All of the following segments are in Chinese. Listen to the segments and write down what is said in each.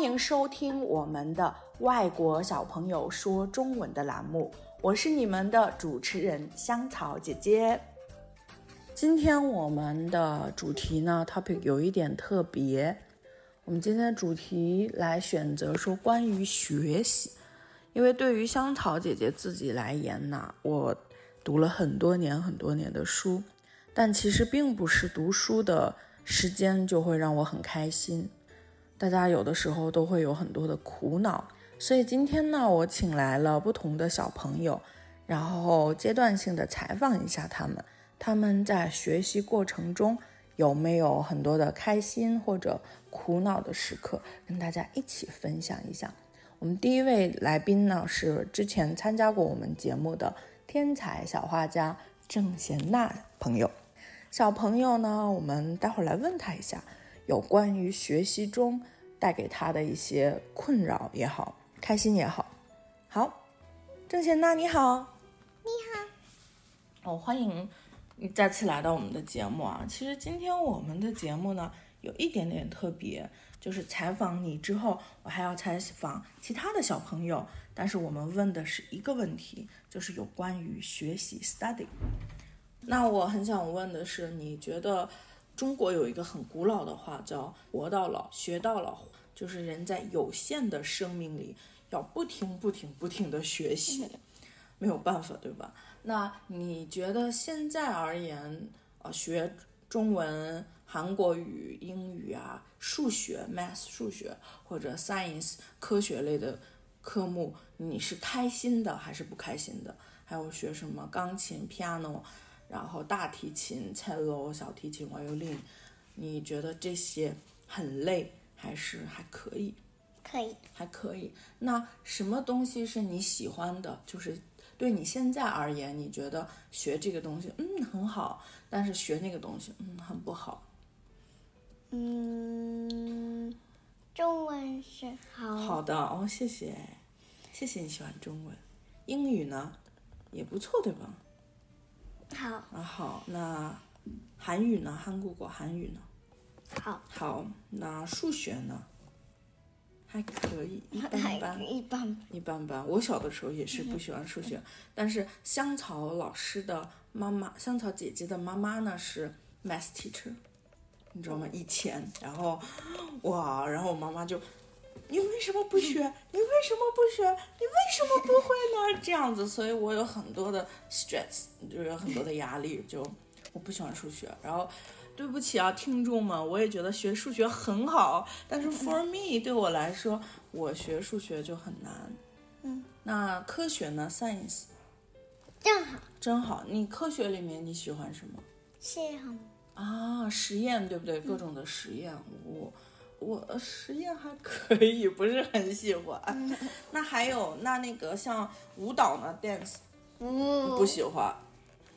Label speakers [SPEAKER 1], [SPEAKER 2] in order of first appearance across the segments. [SPEAKER 1] 迎收听我们的外国小朋友说中文的栏目，我是你们的主持人香草姐姐。今天我们的主题呢，topic 有一点特别，我们今天的主题来选择说关于学习，因为对于香草姐姐自己来言呐、我读了很多年很多年的书，但其实并不是读书的时间就会让我很开心，大家有的时候都会有很多的苦恼，所以今天呢，我请来了不同的小朋友，然后阶段性的采访一下他们，他们在学习过程中有没有很多的开心或者苦恼的时刻，跟大家一起分享一下。我们第一位来宾呢是之前参加过我们节目的天才小画家郑贤娜朋友。小朋友呢，我们待会儿来问他一下，有关于学习中带给他的一些困扰也好，开心也好。好，郑贤娜你好，你好，哦，欢迎你再次来到我们的节目啊。其实今天我们的节目呢，有一点点特别，就是采访你之后，我还要采访其他的小朋友，但是我们问的是一个问题，就是有关于学习 study。那我很想问的是，你觉得中国有一个很古老的话叫“活到老，学到老”，就是人在有限的生命里要不停、不停、不停的学习，没有办法，对吧？那你觉得现在而言，呃，学中文、韩国语、英语啊、数学 （math） 数学或者 science 科学类的科目，你是开心的还是不开心的？还有学什么钢琴、piano，然后大提琴、cello、小提琴、violin，你觉得这些很累还是还可以？
[SPEAKER 2] 可以，
[SPEAKER 1] 还可以。那什么东西是你喜欢的？就是对你现在而言，你觉得学这个东西，嗯，很好，但是学那个东西，嗯，很不好。
[SPEAKER 2] 嗯，中文是好，
[SPEAKER 1] 好的，哦，谢谢，谢谢你喜欢中文。英语呢，也不错，对吧？
[SPEAKER 2] 好，
[SPEAKER 1] 啊，好，那韩语呢？韩国国韩语呢？
[SPEAKER 2] 好，
[SPEAKER 1] 好，那数学呢？还可以，一般般
[SPEAKER 2] 还。一般般，
[SPEAKER 1] 一般般。我小的时候也是不喜欢数学，但是香草老师的妈妈，香草姐姐的妈妈呢是 math teacher，你知道吗？以前，然后哇，然后我妈妈就。你为什么不学？你为什么不学？你为什么不会呢？这样子，所以我有很多的 stress，就是有很多的压力，就我不喜欢数学。然后，对不起啊，听众们，我也觉得学数学很好，但是 for me 对我来说，我学数学就很难。
[SPEAKER 2] 嗯，
[SPEAKER 1] 那科学呢？science
[SPEAKER 2] 正好
[SPEAKER 1] 真好。你科学里面你喜欢什么
[SPEAKER 2] 是很
[SPEAKER 1] 啊？实验对不对？各种的实验，我我呃实验还可以，不是很喜欢。那还有那那个像舞蹈呢，dance
[SPEAKER 2] 不
[SPEAKER 1] 嗯不喜欢，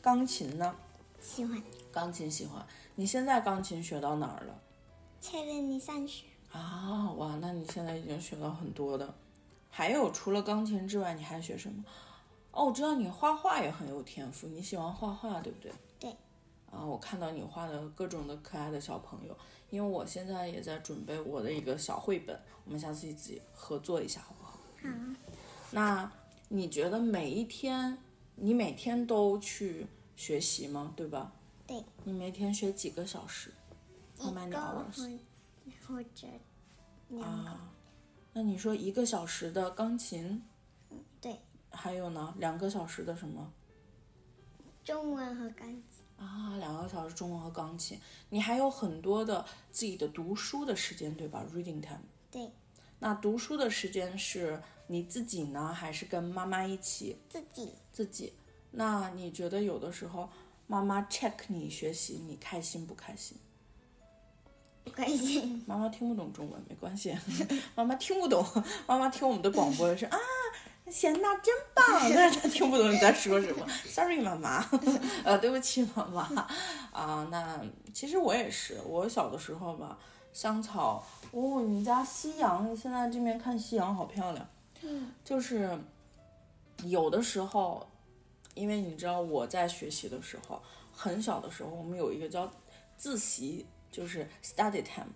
[SPEAKER 1] 钢琴呢？
[SPEAKER 2] 喜欢，
[SPEAKER 1] 钢琴喜欢。你现在钢琴学到哪儿了？
[SPEAKER 2] 确认你三十，
[SPEAKER 1] 啊，哇，那你现在已经学到很多的。还有除了钢琴之外，你还学什么？哦，我知道你画画也很有天赋，你喜欢画画，对不对？
[SPEAKER 2] 对。
[SPEAKER 1] 啊，我看到你画的各种的可爱的小朋友，因为我现在也在准备我的一个小绘本，我们下次一起合作一下，好不好？
[SPEAKER 2] 好，啊
[SPEAKER 1] 那你觉得每一天，你每天都去学习吗？对吧？
[SPEAKER 2] 对，
[SPEAKER 1] 你每天学几个小时？How
[SPEAKER 2] 一
[SPEAKER 1] many
[SPEAKER 2] 个
[SPEAKER 1] hours？
[SPEAKER 2] 或或者两个，
[SPEAKER 1] 啊，那你说一个小时的钢琴，
[SPEAKER 2] 嗯对，
[SPEAKER 1] 还有呢，两个小时的什么
[SPEAKER 2] 中文和钢琴，
[SPEAKER 1] 啊？两个小时中文和钢琴，你还有很多的自己的读书的时间，对吧？Reading time。
[SPEAKER 2] 对
[SPEAKER 1] 那读书的时间是你自己呢，还是跟妈妈一起？
[SPEAKER 2] 自己
[SPEAKER 1] 自己？那你觉得有的时候妈妈 check 你学习，你开心不开心？
[SPEAKER 2] 不开心，
[SPEAKER 1] 妈妈听不懂中文没关系， 妈妈听不懂，妈妈听我们的广播是啊，贤娜真棒，但是她听不懂你在说什么，sorry 妈 妈，呃，对不起妈妈，啊、那其实我也是，我小的时候吧，香草，哦，你们家夕阳，现在这边看夕阳好漂亮，
[SPEAKER 2] 嗯，
[SPEAKER 1] 就是有的时候，因为你知道我在学习的时候，很小的时候，我们有一个叫自习，就是 study time。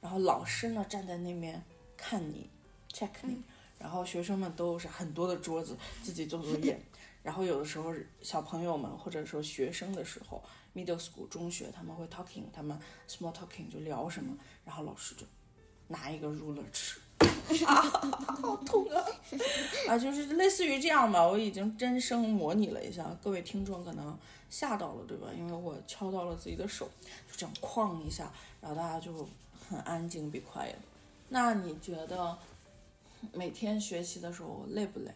[SPEAKER 1] 然后老师呢站在那边看你，check 你。然后学生们都是很多的桌子自己做作业，然后有的时候小朋友们或者说学生的时候，middle school 中学他们会 talking，他们 small talking 就聊什么，然后老师就拿一个 ruler 尺，啊， 好痛啊！啊，就是类似于这样吧，我已经真声模拟了一下，各位听众可能吓到了，对吧？因为我敲到了自己的手，就这样哐一下，然后大家就很安静，be quiet。那你觉得每天学习的时候累不累？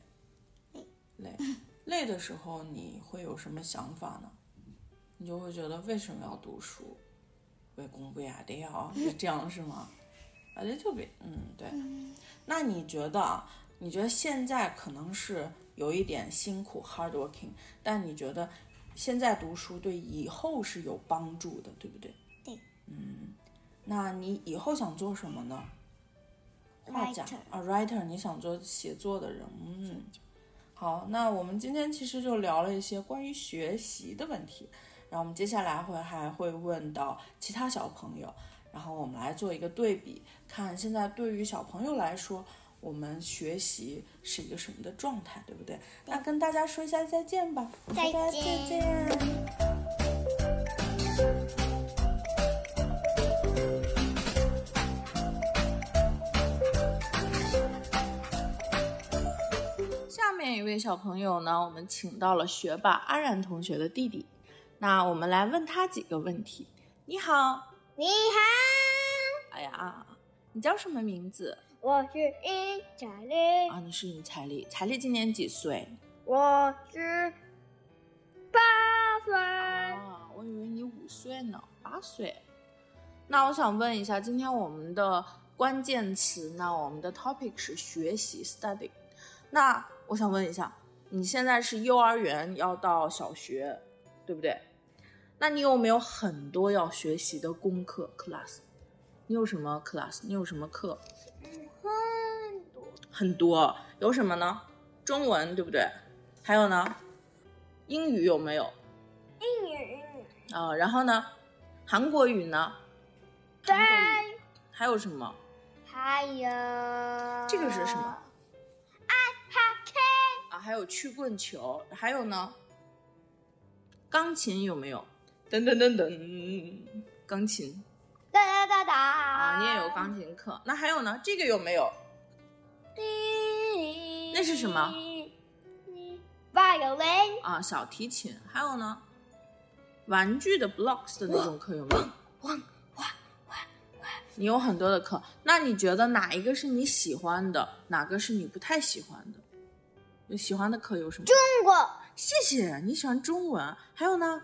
[SPEAKER 1] 累，累的时候你会有什么想法呢？你就会觉得为什么要读书？为工为啊，得要是这样是 吗？啊，这就别，嗯，对。那你觉得啊？你觉得现在可能是有一点辛苦 hard working，但你觉得现在读书对以后是有帮助的，对不对？
[SPEAKER 2] 对。
[SPEAKER 1] 嗯，那你以后想做什么呢？画家
[SPEAKER 2] Writer
[SPEAKER 1] 啊，writer，你想做写作的人，嗯。好，那我们今天其实就聊了一些关于学习的问题，然后我们接下来会还会问到其他小朋友，然后我们来做一个对比，看现在对于小朋友来说，我们学习是一个什么的状态，对不对？那跟大家说一下再见吧，
[SPEAKER 2] 再见
[SPEAKER 1] 大家再见。下面一位小朋友呢，我们请到了学霸安然同学的弟弟，那我们来问他几个问题。你好，
[SPEAKER 2] 你好，
[SPEAKER 1] 哎呀，你叫什么名字
[SPEAKER 2] 我是一小丽，
[SPEAKER 1] 啊？你是你彩丽，彩丽今年几岁？
[SPEAKER 2] 我是八岁，
[SPEAKER 1] 啊，我以为你五岁呢，八岁。那我想问一下，今天我们的关键词呢，我们的 topic 是学习 study。那我想问一下，你现在是幼儿园要到小学，对不对？那你有没有很多要学习的功课 class？你有什么 class？你有什么课？
[SPEAKER 2] 很多
[SPEAKER 1] 很多，有什么呢？中文对不对？还有呢？英语有没有？
[SPEAKER 2] 英语英语，
[SPEAKER 1] 啊、然后呢，韩国语呢？
[SPEAKER 2] 对，
[SPEAKER 1] 还有什么？
[SPEAKER 2] 还有
[SPEAKER 1] 这个是什么？啊，还有曲棍球，还有呢，钢琴有没有？噔噔噔噔，钢琴
[SPEAKER 2] 哒哒哒哒
[SPEAKER 1] 啊，你也有钢琴课。那还有呢，这个有没有？
[SPEAKER 2] 琴
[SPEAKER 1] 那是什么？
[SPEAKER 2] violin
[SPEAKER 1] 啊，小提琴，还有呢，玩具的 blocks 的那种课有没有？你有很多的课，那你觉得哪一个是你喜欢的，哪个是你不太喜欢的？你喜欢的课有什么？
[SPEAKER 2] 中国
[SPEAKER 1] 谢谢，你喜欢中文，还有呢，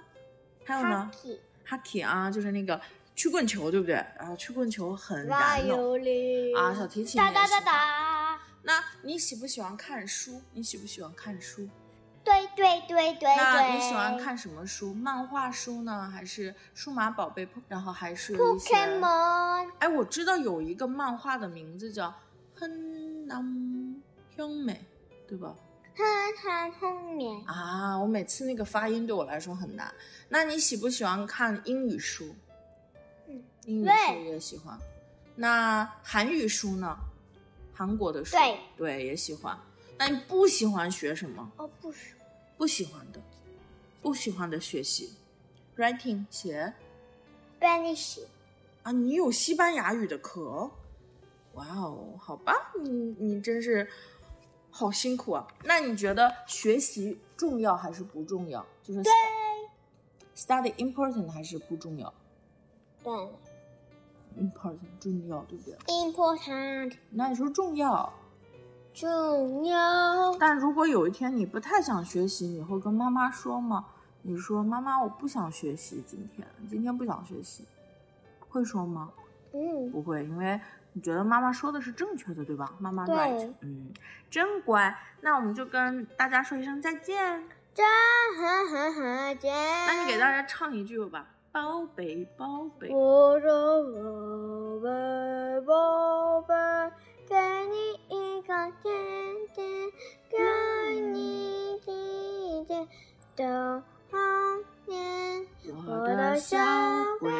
[SPEAKER 1] 还有呢
[SPEAKER 2] hockey
[SPEAKER 1] ，hockey 啊，就是那个曲棍球，对不对？啊，曲棍球很燃哦。
[SPEAKER 2] violin
[SPEAKER 1] 啊小提琴也
[SPEAKER 2] 哒
[SPEAKER 1] 是
[SPEAKER 2] 哒哒哒，
[SPEAKER 1] 那你喜不喜欢看书？你喜不喜欢看书？
[SPEAKER 2] 对对对对
[SPEAKER 1] 那
[SPEAKER 2] 对，
[SPEAKER 1] 你喜欢看什么书？漫画书呢，还是数码宝贝？然后还是一些……
[SPEAKER 2] Pokemon
[SPEAKER 1] 哎，我知道有一个漫画的名字叫《很南香美》，对吧？
[SPEAKER 2] 哼哼哼面
[SPEAKER 1] 啊，我每次那个发音对我来说很难。那你喜不喜欢看英语书？
[SPEAKER 2] 嗯，
[SPEAKER 1] 英语书
[SPEAKER 2] 对
[SPEAKER 1] 也喜欢。那韩语书呢？韩国的书，
[SPEAKER 2] 对
[SPEAKER 1] 也喜欢。那你不喜欢学什么？
[SPEAKER 2] 哦不是
[SPEAKER 1] 不喜欢的，不喜欢的学习，writing 写
[SPEAKER 2] Spanish
[SPEAKER 1] 啊，你有西班牙语的课哦。哇哦，好吧，你你真是好辛苦啊。那你觉得学习重要还是不重要？就是对，study important 还是不重要
[SPEAKER 2] 对
[SPEAKER 1] ？important 重要，对不对？
[SPEAKER 2] important
[SPEAKER 1] 那你说重要，
[SPEAKER 2] 重要
[SPEAKER 1] 但如果有一天你不太想学习，你会跟妈妈说吗？你说妈妈，我不想学习，今天今天不想学习，会说吗？
[SPEAKER 2] 嗯
[SPEAKER 1] 不会，因为你觉得妈妈说的是正确的，对吧？妈妈
[SPEAKER 2] 对
[SPEAKER 1] right，嗯，真乖。那我们就跟大家说一声再见。
[SPEAKER 2] 真很很很简单
[SPEAKER 1] 那你给大家唱一句吧，宝贝，宝贝。
[SPEAKER 2] 我的宝贝，宝贝，给你一个甜甜，给你一点的红莲，
[SPEAKER 1] 我的小鬼，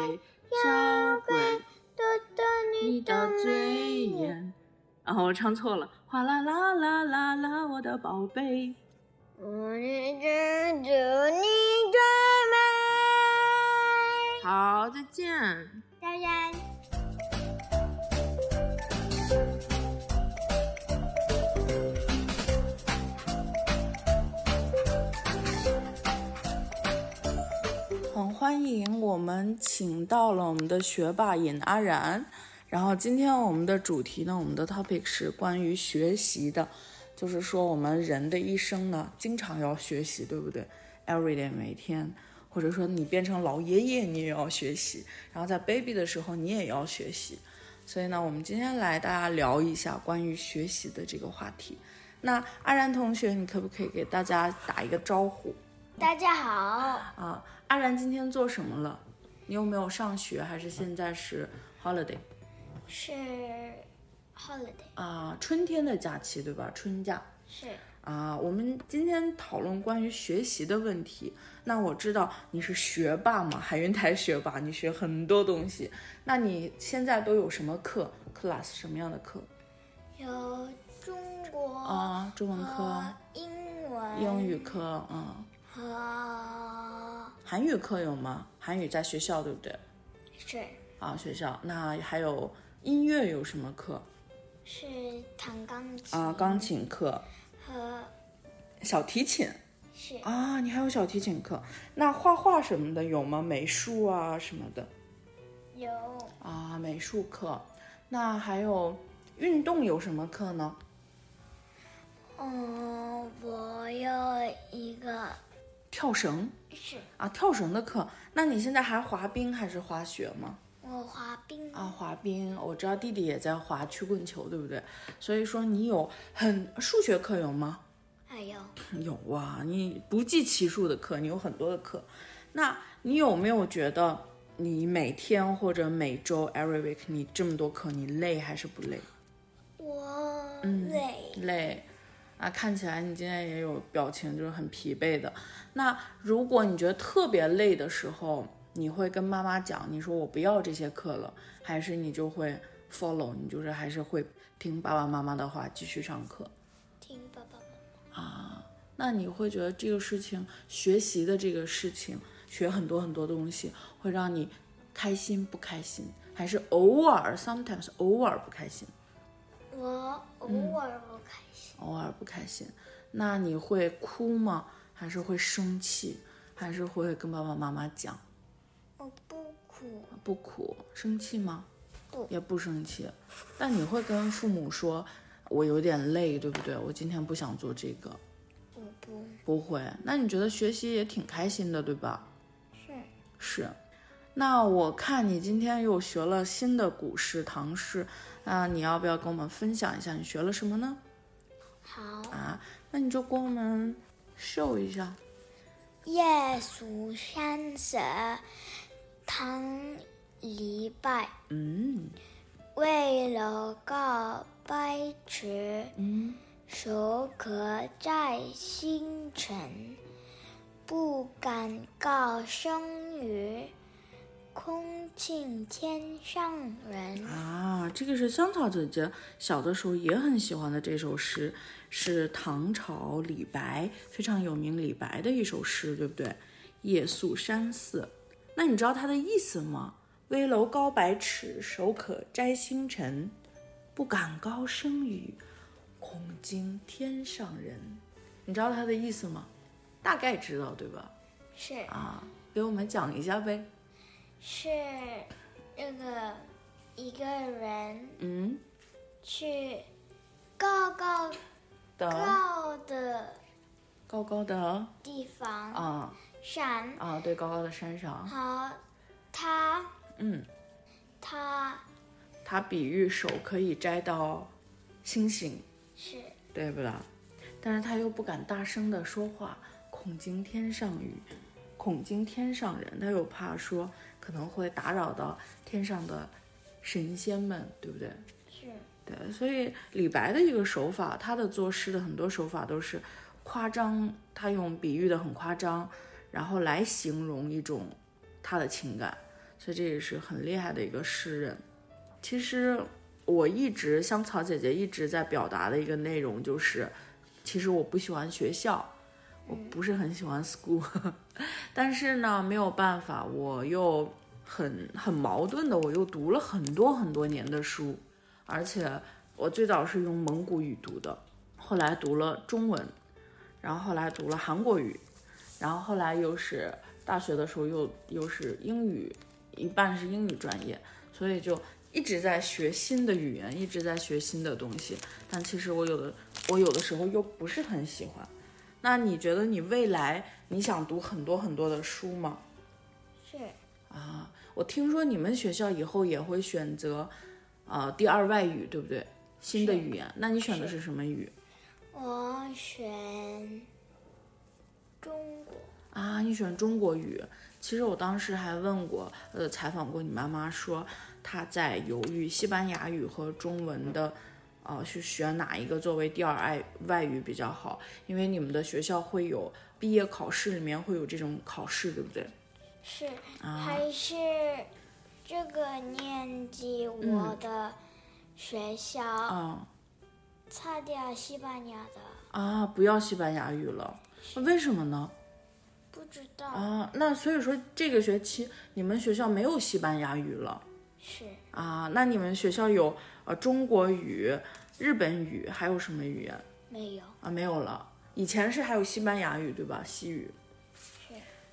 [SPEAKER 1] 小鬼，
[SPEAKER 2] 嘟嘟
[SPEAKER 1] 你
[SPEAKER 2] 你的
[SPEAKER 1] 的
[SPEAKER 2] 眉
[SPEAKER 1] 嘴
[SPEAKER 2] 眼，
[SPEAKER 1] 眼，然后我唱错了，哗啦啦啦啦啦，我的宝贝。
[SPEAKER 2] 我一直祝你最美。
[SPEAKER 1] 好，再见。
[SPEAKER 2] 当然。
[SPEAKER 1] 很欢迎我们请到了我们的学霸尹阿然，然后今天我们的主题呢，我们的 topic 是关于学习的，就是说我们人的一生呢，经常要学习，对不对？Every day 每天，或者说你变成老爷爷你也要学习，然后在 baby 的时候你也要学习，所以呢，我们今天来大家聊一下关于学习的这个话题。那阿然同学，你可不可以给大家打一个招呼？
[SPEAKER 2] 大家好，
[SPEAKER 1] 啊，阿然今天做什么了？你有没有上学？还是现在是 holiday
[SPEAKER 2] 是 holiday，
[SPEAKER 1] 啊？春天的假期对吧？春假
[SPEAKER 2] 是
[SPEAKER 1] 啊。我们今天讨论关于学习的问题。那我知道你是学霸嘛，海云台学霸，你学很多东西。那你现在都有什么课？class 什么样的课
[SPEAKER 2] 有中国
[SPEAKER 1] 啊？中文课、
[SPEAKER 2] 和英文、
[SPEAKER 1] 英语课啊、
[SPEAKER 2] 和
[SPEAKER 1] 韩语课有吗？韩语在学校对不对？
[SPEAKER 2] 是
[SPEAKER 1] 啊，学校。那还有音乐有什么课
[SPEAKER 2] 是弹钢琴
[SPEAKER 1] 啊？钢琴课。
[SPEAKER 2] 和
[SPEAKER 1] 小提琴
[SPEAKER 2] 是
[SPEAKER 1] 啊，你还有小提琴课？那画画什么的有吗？美术啊什么的
[SPEAKER 2] 有
[SPEAKER 1] 啊，美术课。那还有运动有什么课呢？
[SPEAKER 2] 嗯，我有一个
[SPEAKER 1] 跳绳
[SPEAKER 2] 是
[SPEAKER 1] 啊，跳绳的课。那你现在还滑冰还是滑雪吗？
[SPEAKER 2] 我滑冰
[SPEAKER 1] 啊，滑冰，我知道弟弟也在滑曲棍球，对不对？所以说你有很数学课有吗？
[SPEAKER 2] 还有
[SPEAKER 1] 有啊，你不计其数的课，你有很多的课。那你有没有觉得你每天或者每周 every week 你这么多课，你累还是不累？
[SPEAKER 2] 我
[SPEAKER 1] 嗯
[SPEAKER 2] 累、
[SPEAKER 1] 累啊，看起来你今天也有表情，就是很疲惫的。那如果你觉得特别累的时候，你会跟妈妈讲，你说我不要这些课了，还是你就会 follow，你就是还是会听爸爸妈妈的话继续上课？
[SPEAKER 2] 听爸爸妈妈。
[SPEAKER 1] 啊，那你会觉得这个事情，学习的这个事情，学很多很多东西，会让你开心不开心？还是偶尔 sometimes 偶尔不开心，
[SPEAKER 2] 我偶尔不开心，
[SPEAKER 1] 偶尔不开心？那你会哭吗？还是会生气？还是会跟爸爸妈妈讲？
[SPEAKER 2] 我不哭，
[SPEAKER 1] 不哭，生气吗？
[SPEAKER 2] 不
[SPEAKER 1] 也不生气。但你会跟父母说，我有点累，对不对？我今天不想做这个。
[SPEAKER 2] 我嗯不
[SPEAKER 1] 不会。那你觉得学习也挺开心的，对吧？
[SPEAKER 2] 是
[SPEAKER 1] 是，那我看你今天又学了新的古诗唐诗，啊，你要不要跟我们分享一下你学了什么呢？
[SPEAKER 2] 好。
[SPEAKER 1] 啊，那你就跟我们秀一下。
[SPEAKER 2] 夜宿山舍，唐李白。
[SPEAKER 1] 嗯
[SPEAKER 2] 为楼告白迟，
[SPEAKER 1] 嗯
[SPEAKER 2] 孰可在星辰？不敢告生于空尽天上人。
[SPEAKER 1] 啊，这个是香草姐姐小的时候也很喜欢的这首诗，是唐朝李白非常有名李白的一首诗，对不对？夜宿山寺，那你知道它的意思吗？危楼高百尺，手可摘星辰。不敢高声语，恐惊天上人。你知道它的意思吗？大概知道对吧？
[SPEAKER 2] 是
[SPEAKER 1] 啊，给我们讲一下呗。
[SPEAKER 2] 是，那个一个人
[SPEAKER 1] 嗯，
[SPEAKER 2] 去高高
[SPEAKER 1] 的
[SPEAKER 2] 高的
[SPEAKER 1] 高高的
[SPEAKER 2] 地方
[SPEAKER 1] 啊
[SPEAKER 2] 闪，
[SPEAKER 1] 啊，对，高高的山上，
[SPEAKER 2] 好，他
[SPEAKER 1] 嗯。
[SPEAKER 2] 他
[SPEAKER 1] 它比喻手可以摘到星星，
[SPEAKER 2] 是
[SPEAKER 1] 对不啦？但是他又不敢大声的说话，恐惊天上雨，恐惊天上人，他又怕说可能会打扰到天上的神仙们，对不对？
[SPEAKER 2] 是
[SPEAKER 1] 对，所以李白的一个手法，他的作诗的很多手法都是夸张，他用比喻的很夸张，然后来形容一种他的情感，所以这也是很厉害的一个诗人。其实我一直香草姐姐一直在表达的一个内容就是，其实我不喜欢学校，我不是很喜欢 school，但是呢没有办法，我又很很矛盾的，我又读了很多很多年的书，而且我最早是用蒙古语读的，后来读了中文，然后后来读了韩国语，然后后来又是大学的时候又又是英语，一半是英语专业，所以就一直在学新的语言，一直在学新的东西。但其实我有的我有的时候又不是很喜欢。那你觉得你未来你想读很多很多的书吗？
[SPEAKER 2] 是
[SPEAKER 1] 啊，我听说你们学校以后也会选择，呃，第二外语，对不对？新的
[SPEAKER 2] 是
[SPEAKER 1] 语言，那你选的是什么语
[SPEAKER 2] 我选中国，
[SPEAKER 1] 啊？你选中国语。其实我当时还问过，呃，采访过你妈妈说，她在犹豫西班牙语和中文的，呃，去选哪一个作为第二爱外语比较好，因为你们的学校会有毕业考试，里面会有这种考试，对不对？
[SPEAKER 2] 是、
[SPEAKER 1] 啊
[SPEAKER 2] 还是这个年级我的学校、
[SPEAKER 1] 啊
[SPEAKER 2] 差点西班牙的，
[SPEAKER 1] 啊，不要西班牙语了，为什么呢？
[SPEAKER 2] 不知道、
[SPEAKER 1] 啊，那所以说这个学期你们学校没有西班牙语了
[SPEAKER 2] 是
[SPEAKER 1] 啊？那你们学校有呃中国语、日本语，还有什么语言
[SPEAKER 2] 没有
[SPEAKER 1] 啊？没有了。以前是还有西班牙语对吧？西语。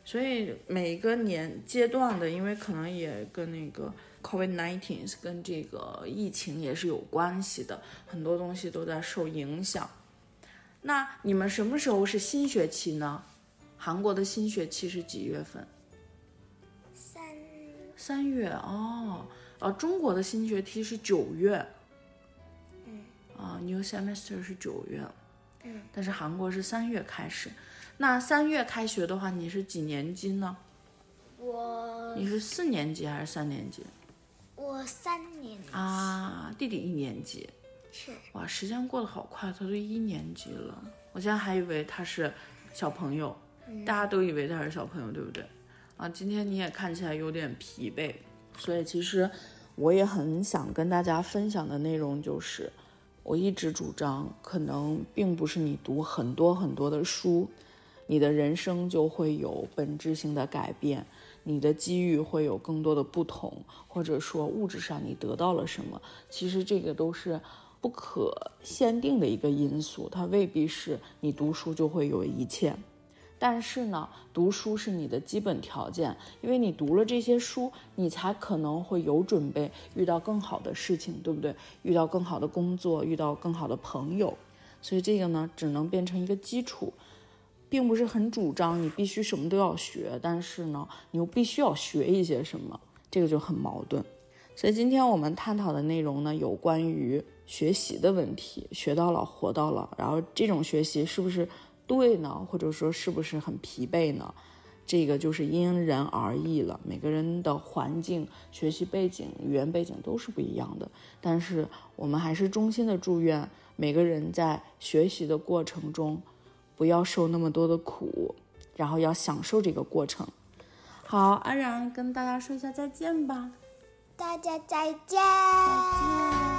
[SPEAKER 1] 所以每一个年阶段的，因为可能也跟那个 COVID nineteen 跟这个疫情也是有关系的，很多东西都在受影响。那你们什么时候是新学期呢？韩国的新学期是几月份？
[SPEAKER 2] 三
[SPEAKER 1] 三月哦，呃，中国的新学期是九月，嗯，啊，new semester 是九月，
[SPEAKER 2] 嗯，
[SPEAKER 1] 但是韩国是三月开始。那三月开学的话，你是几年级呢？
[SPEAKER 2] 我
[SPEAKER 1] 你是四年级还是三年级？
[SPEAKER 2] 我三年级、
[SPEAKER 1] 啊，弟弟一年级。
[SPEAKER 2] 是
[SPEAKER 1] 哇，时间过得好快，他都一年级了。我现在还以为他是小朋友，大家都以为他是小朋友，对不对？啊，今天你也看起来有点疲惫，所以其实我也很想跟大家分享的内容就是，我一直主张，可能并不是你读很多很多的书，你的人生就会有本质性的改变，你的机遇会有更多的不同，或者说物质上你得到了什么，其实这个都是不可限定的一个因素，它未必是你读书就会有一切。但是呢，读书是你的基本条件，因为你读了这些书，你才可能会有准备遇到更好的事情，对不对？遇到更好的工作，遇到更好的朋友，所以这个呢，只能变成一个基础，并不是很主张你必须什么都要学，但是呢，你又必须要学一些什么，这个就很矛盾。所以今天我们探讨的内容呢，有关于学习的问题，学到了，活到了，然后这种学习是不是对呢？或者说是不是很疲惫呢？这个就是因人而异了，每个人的环境、学习背景、语言背景都是不一样的。但是我们还是衷心的祝愿每个人在学习的过程中，不要受那么多的苦，然后要享受这个过程。好，安然跟大家说一下再见吧。
[SPEAKER 2] 大家再见。再见